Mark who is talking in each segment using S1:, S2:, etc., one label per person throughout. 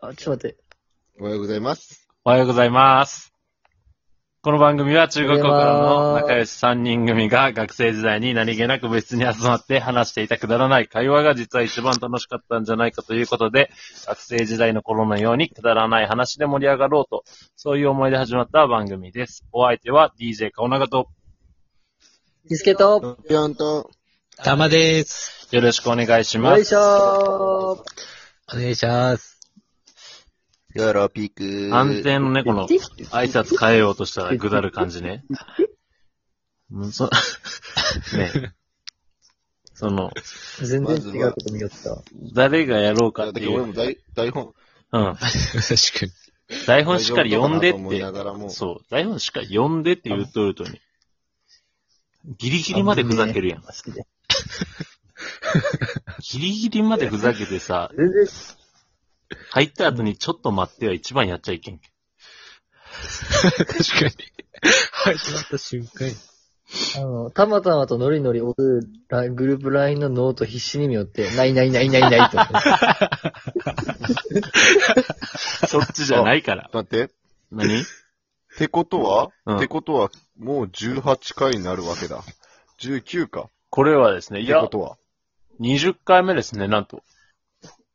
S1: あ、ちょっと待って。
S2: おはようございます。
S3: おはようございます。この番組は中学校からの仲良し3人組が学生時代に何気なく部室に集まって話していたくだらない会話が実は一番楽しかったんじゃないかということで、学生時代の頃のようにくだらない話で盛り上がろうと、そういう思いで始まった番組です。お相手は DJ 顔長と
S1: ビスケット
S2: ぴょんと、
S4: たまです。
S3: よろしくお願いし
S1: よ
S3: ま
S1: い
S3: す。
S1: しょ
S4: お願いします。
S2: よろぴく
S3: 安定のね、この挨拶変えようとしたらぐだる感じね。うんそ ね。その、
S1: ー全然違うこと見よった。
S3: 誰がやろうか
S2: だっ
S3: って
S2: て
S3: い
S2: 俺
S3: う。
S2: も台台本。
S3: うん。
S4: 確か
S3: 台本しっかり読んでっ
S2: 大丈夫かなと思いな
S3: て。
S2: がらも
S3: そう。台本しっかり読んでって言っとるとに。ギリギリまでふざけるやん。
S1: 好きで。
S3: ギリギリまでふざけてさ、
S1: 全然、
S3: 入った後にちょっと待っては一番やっちゃいけん。
S4: に。確かに。始まった瞬間に。
S1: あの、たまたまとノリノリおるライングループラインのノート必死に見よって、ないないないないないと思って。
S3: そっちじゃないから。
S2: 待って。
S3: 何
S2: ってことは、
S3: うん
S2: ってことは、もう18回になるわけだ。19か。っ
S3: これはですね、い
S2: て
S3: や
S2: こ、とは。っ
S3: 20回目ですね、なんと。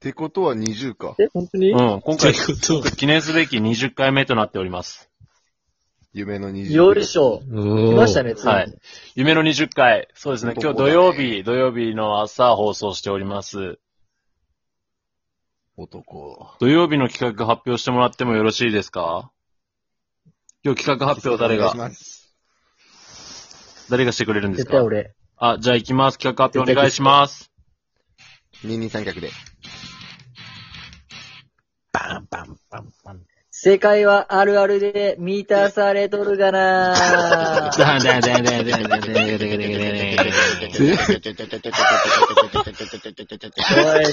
S2: てことは20か。
S1: え、本当に
S3: うん、今
S4: とい
S3: 回、
S4: うこと
S3: 記念すべき20回目となっております。
S2: 夢の20。
S1: よいしょ。
S4: お
S1: 来ました。ね、ついに。
S3: はい。夢の20回。そうですね、今日土曜日、土曜日の朝放送しております。
S2: 男。
S3: 土曜日の企画発表してもらってもよろしいですか今日企画発表誰
S2: お
S3: が、
S2: 願いします
S3: 誰がしてくれるんです
S1: 絶対
S3: か
S1: 俺。
S3: あ、じゃあ行きます。企画発表お願いします。
S2: 二人三脚で。
S4: バンバンバンバン。
S1: 世界はあるあるで満たされとるがなーおい、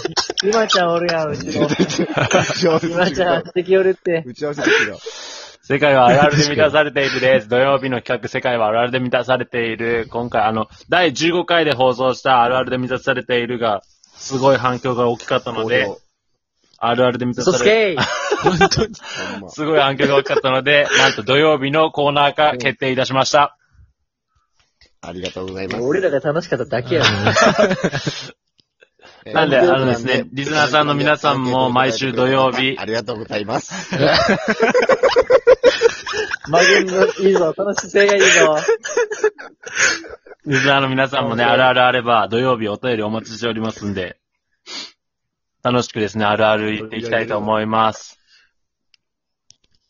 S1: ゆまちゃんおる やん、うちの。
S2: 打ち合わせ
S1: ゆまちゃん、敵寄るって。
S2: 打ち合わせ違う。
S3: 世界はあるあるで満たされているです。土曜日の企画、世界はあるあるで満たされている。今回、あの、第15回で放送したあるあるで満たされているが、すごい反響が大きかったので、あるあるで満た
S1: 嘘
S3: さ
S1: つ
S3: れて、
S1: けい
S4: 本当に。
S2: ほんます
S3: ごい反響が大きかったので、なんと土曜日のコーナー化決定いたしました。
S2: ありがとうございます。
S1: 俺らが楽しかっただけやもん。
S2: えー
S3: なんであのですねリスナーさんの皆さんも毎週土曜日
S2: ありがとうございます。
S1: マゲンのいいぞ、楽しい世界いいぞ。
S3: リスナーの皆さんもね、あるあるあれば、土曜日お便りお待ちしておりますんで、楽しくですね、あるある言っていきたいと思います。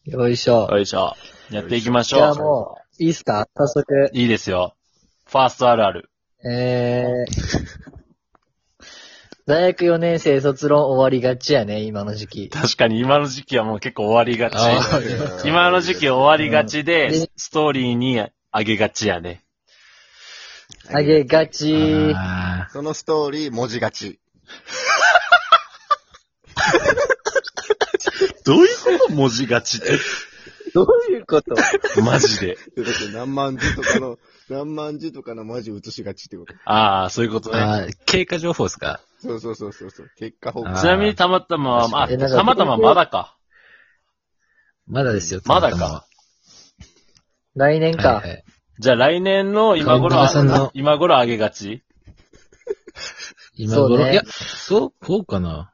S1: よいしょ。
S3: よいしょ。やっていきまし
S1: じゃ
S3: ょ
S1: あ
S3: う。
S1: もう、いいっすか早速。
S3: いいですよ。ファーストあるある。
S1: えー、大学4年生卒論終わりがちやね、今の時期。
S3: 確かに今の時期はもう結構終わりがち。
S4: あ
S3: 今の時期終わりがち
S1: う
S3: で
S1: ん、
S3: ストーリーにあげがちやね。
S1: あげがち。
S4: あ。
S2: そのストーリー、文字がち。
S3: どういうこと文字がちって。
S1: どういうこと
S3: マジで。
S2: だって何万字とかの、何万字とかの文字写しがちってこと。
S3: ああ、そういうことね。
S4: あー経過情報ですか
S2: そうそうそうそうそう。結果報告
S4: あ。ー
S3: ちなみにたまたまは、あ、
S1: えなんか
S3: たまたままだか。
S4: まだですよ。
S3: まだか
S4: たた
S1: 来年
S4: まは
S1: か
S4: はい。はい。
S3: じゃあ来年の今頃
S4: 神田さんの、
S3: 今頃あげがち
S4: 今
S1: そう
S4: 頃。
S1: ね
S4: いや、そう、こうかな。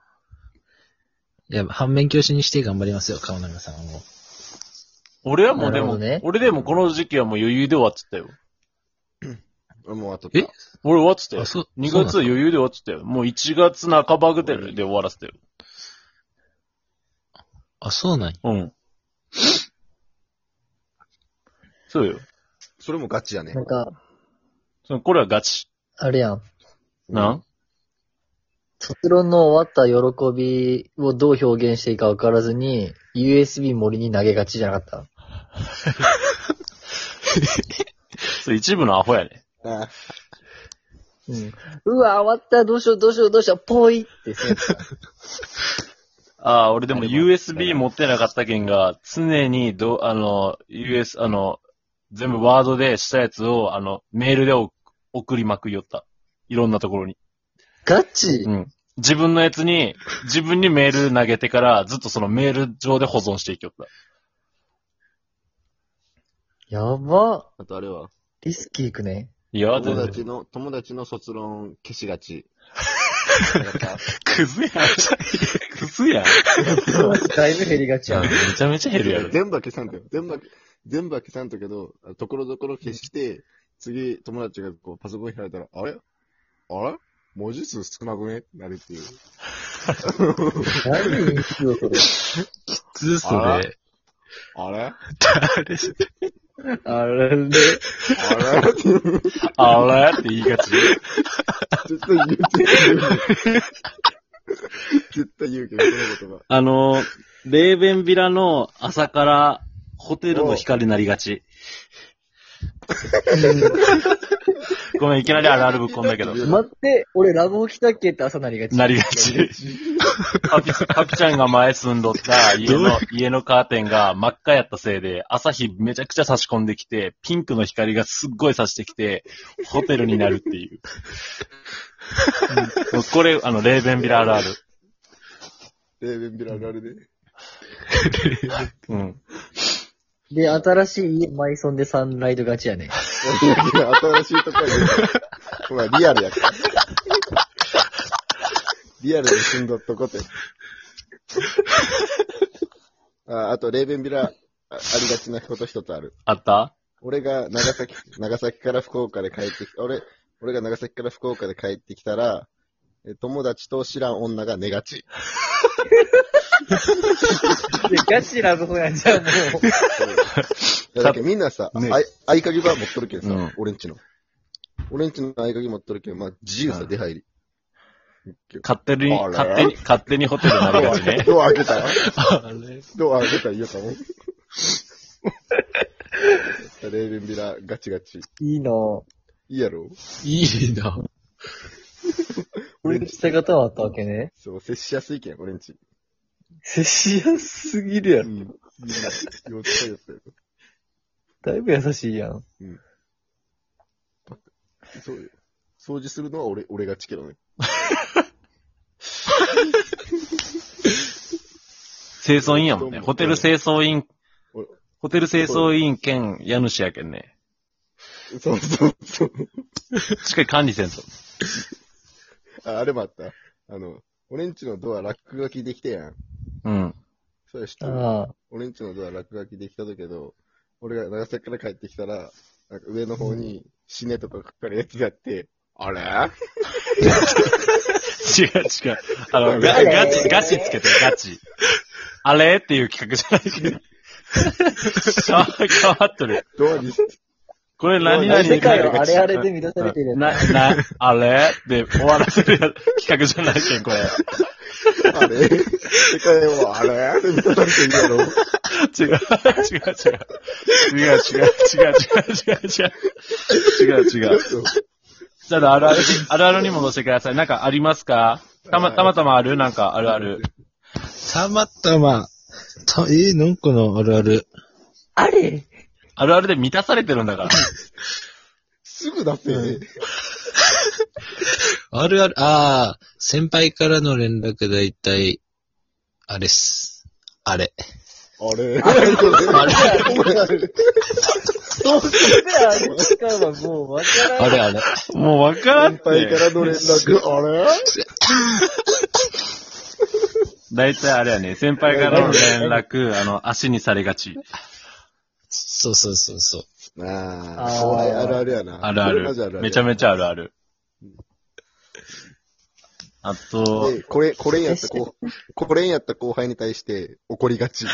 S4: いや、反面教師にして頑張りますよ、顔長さんはもう。
S3: 俺はもうで
S1: なる
S3: も、
S1: ほどね
S3: 俺でもこの時期はもう余裕で終わっちゃったよ。
S2: もう終わっとった。
S4: え
S3: 俺終わっちゃったよ。
S4: あそう
S3: 2
S4: そうなん
S3: 月
S4: だ
S3: 余裕で終わっちゃったよ。もう1月半ばぐらいで終わらせたよ。
S4: あ、そうなんや。
S3: うん。そうよ。
S2: それもガチやね
S1: な。んか、
S3: そのこれはガチ。
S1: あれやん。
S3: なん
S1: 卒論の終わった喜びをどう表現していいか分からずに、USB 森に投げがちじゃなかっ
S3: それ一部のアホやね。
S2: あ
S1: たうん。うわ、終わった、どうしよう、どうしよう、どうしよう、ぽいってせんか
S3: ああ、俺でも
S2: なるほど
S3: USB 持ってなかったけんが、常にど、あの、US、あの、全部ワードでしたやつを、あの、メールで送送りまくりよった。いろんなところに。
S1: ガチ
S3: うん。自分のやつに、自分にメール投げてから、ずっとそのメール上で保存していきよった。
S1: やば。
S2: あとあれは、
S1: リスキーくね。
S3: いや、全
S2: 友
S3: 然。
S2: 達の、友達の卒論消しがち。
S3: クズや ん。クズやん。
S1: だいぶ減りがちやん。
S3: めちゃめちゃ減るやろ。
S2: 全部は消さんとよ。全部は、全部は消さんとけど、ところどころ消して、次、友達がこう、パソコン開いたら、あれあれ文字数少なくねってなるっていう。
S1: 何 にしようそれ。
S4: ずそ
S2: あ
S4: れ。
S2: あれあ
S1: あれで、
S2: れって
S3: あれって言いがち。
S2: 絶対言ってる絶対言うけど、その言葉。
S3: あの、レーベンビラの朝からホテルの光になりがち。 ごめん、いきなりあるあるぶっこんだけど。
S1: 待って、俺ラボ来たっけって朝なりがち。
S3: なりがち。 ハピ、ハピちゃんが前住んどった家
S4: どうい
S3: の、家のカーテンが真っ赤やったせいで、朝日めちゃくちゃ差し込んできて、ピンクの光がすっごい差してきて、ホテルになるっていう。もうこれ、あの、レーベンビラあるある。
S2: レーベンビラあるあるで。
S3: うん。
S1: で、新しい家、マイソンでサンライト勝ちやね。
S2: いや新しいところに。ほら、リアルやから。リアルに住んどっとこて。ああと、レーベンビラ、あありがちなこと一つある。
S3: あった
S2: 俺が長崎、長崎から福岡で帰ってきた、俺、俺が長崎から福岡で帰ってきたら、え友達と知らん女が寝がち。
S1: で、 ガチラボやんじゃん、も
S2: いやだけどみんなさ、
S3: ね
S2: あい合鍵ば持っとるけどさ、
S3: うん
S2: 俺んちの。俺んちの合鍵持っとるけど、まあ自由
S3: う
S2: さ、
S3: ん
S2: 出入り。
S3: 勝手に、
S2: あれ
S3: 勝手に、勝手にホテルになりがちね。
S2: ドア開けたら
S4: あれ
S2: ドア開けたら嫌か も。レーベンビラガチガチ。
S1: う。いいなぁ。
S2: いいやろ
S4: いいな。
S1: 俺のした方はあったわけね。
S2: そう、接しやすいけん、俺んち。
S1: 接しやすすぎるや
S2: う。ん。よっよった
S1: だ
S2: よ。
S1: いぶ優しいやん。
S2: そうよ。掃除するのは俺、俺がちけどね。
S3: 清掃員やもんね。ホテル清掃員
S2: 俺、
S3: ホテル清掃員兼家主やけんね。
S2: そうそうそう。
S3: しっかり管理せんと。
S2: あ、あれもあった。あの、俺んちのドア落書きできてやん。
S3: うん。
S2: それ知ってる
S1: ああ。
S2: 俺んちのドア落書きできただけど、俺が長崎から帰ってきたら、なんか上の方に死ねとか書かれるやつがあって、あれ
S3: 違う違う。あの、ガガチ、ガチつけて、ガチ。あれっていう企画じゃない 変わ変わっとる。
S2: ドアに、
S3: これ何々
S1: 世
S3: で
S1: 界をあれあれで乱されてるや
S3: な、な、あれで終わらせるや企画じゃないけん、これ。
S2: あれ世界はあれって見たらっていいだろ。
S3: 違う、違う、違う。違う、違う、違う、違う、違う、違う。違う、違う。ちょっとあるあるに、あるあるに戻してください。なんかありますかたま、たまたまあるなんかあるある。
S4: たまたま、た、えー、なんかのあるある。
S1: あれ
S3: あるあるで満たされてる んだから。
S2: すぐ出せよね。
S4: あるある、ああ、先輩からの連絡だいたい、あれっす。あれ。
S2: あれ あれあれ
S1: そうすれあれしかはもうわからん。
S4: あれあれ。
S3: もうわからん
S2: 先輩からの連 絡、あれ
S3: 大体あれやね、先輩からの連 絡、あの、足にされがち。
S4: そうそうそうそう。
S2: あ
S1: あー
S2: あ、これあるあるやな。
S3: あるあ
S2: これマジ
S3: る。めちゃめちゃあるある。あと、
S2: でこれ、これんやった後、これんやった後輩に対して怒りがち。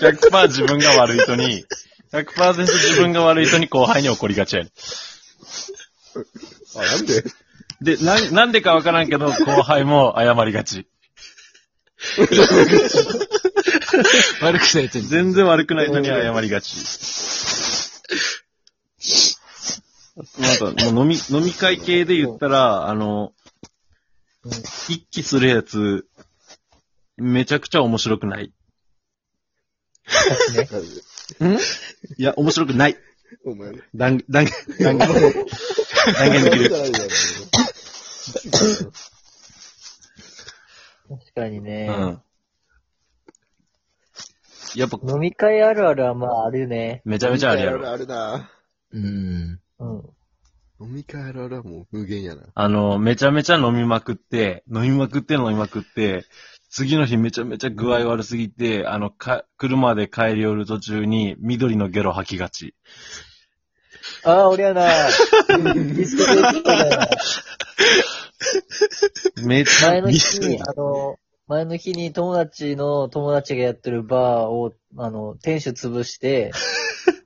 S3: 100%自分が悪い人に、100%自分が悪い人に後輩に怒りがちやね
S2: あ、なんで
S3: で、なん、なんでかわからんけど、後輩も謝りがち。
S4: 悪くされてる。
S3: 全然悪くない人に謝りがち。あとなんか、もう飲み、飲み会系で言ったら、あの、一気するやつ、めちゃくちゃ面白くない。いや、面白くない。
S2: お前。
S3: 断、断、断言、断言できる。
S1: 確かにね。
S3: うん。やっぱ、
S1: 飲み会あるあるはまああるね。
S3: めちゃめちゃあるや
S2: 飲み会
S3: ろ。
S2: あるな。
S4: うん。
S1: うん。
S2: 飲み会あるあるはもう無限やな。
S3: あの、めちゃめちゃ飲みまくって、飲みまくって飲みまくって、次の日めちゃめちゃ具合悪すぎて、あの、か、車で帰り寄る途中に緑のゲロ吐きがち。
S1: ああ、俺は な、ビスケット行ったよな。
S3: めっちゃ、
S1: 前の 日
S4: 見
S1: に
S4: て、
S1: あの、前の日に友達の友達がやってるバーを、あの、店主潰して、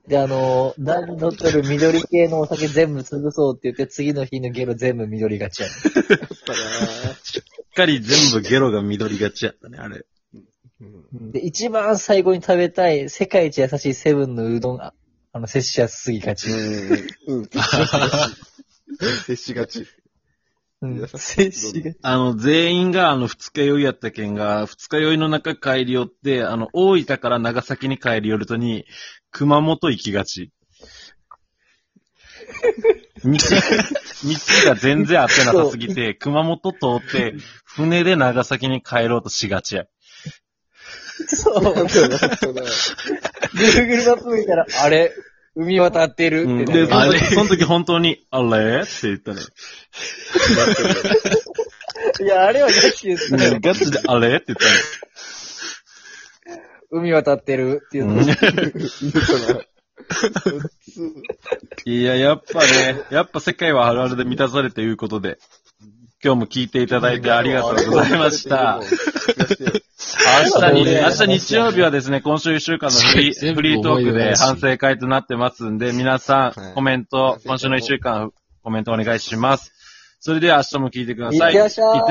S1: で、あの、台に乗ってる緑系のお酒全部潰そうって言って、次の日のゲロ全部緑がちやね
S2: あったな
S3: しっかり全部ゲロが緑がちやったね、あれ。
S2: うん
S1: で、一番最後に食べたい、世界一優しいセブンのうどん、ああの、摂取やすすぎが ち。
S2: うん。うん。接しがち。
S1: うん、摂取が。
S3: あの、全員があの、二日酔いやったけんが、二日酔いの中帰り寄って、あの、大分から長崎に帰り寄るとに、熊本行きが ち。道、道が全然合ってなさすぎて、熊本通って、船で長崎に帰ろうとしがちや。
S1: そう。
S2: そうだ
S1: Google マップ見たら、あれ、海渡ってる
S3: うん、
S1: ってね
S3: で、その時その時本当に、あれって言ったね。
S1: いや、あれはガチです
S3: う
S1: ね。
S3: んガチであれって言っ
S1: 海渡ってるっていう
S3: た
S1: の、
S3: ね。うん
S2: そうだそう
S3: いや、やっぱね、やっぱ世界はあるあるで満たされていうことで、今日も聞いていただいてありがとうございました。明日に、明日日曜日はですね、今週一週間のフリー
S4: 全
S3: フ
S4: 部
S3: リートーク
S4: 思い
S3: で
S4: 出し
S3: 反省会となってますんで、皆さ
S2: はい
S3: ん、コメント、今週の一週間、コメントお願いします。それでは明日も聞いてくださ
S1: いっ
S3: い。
S1: てらっしゃい
S3: いってらっ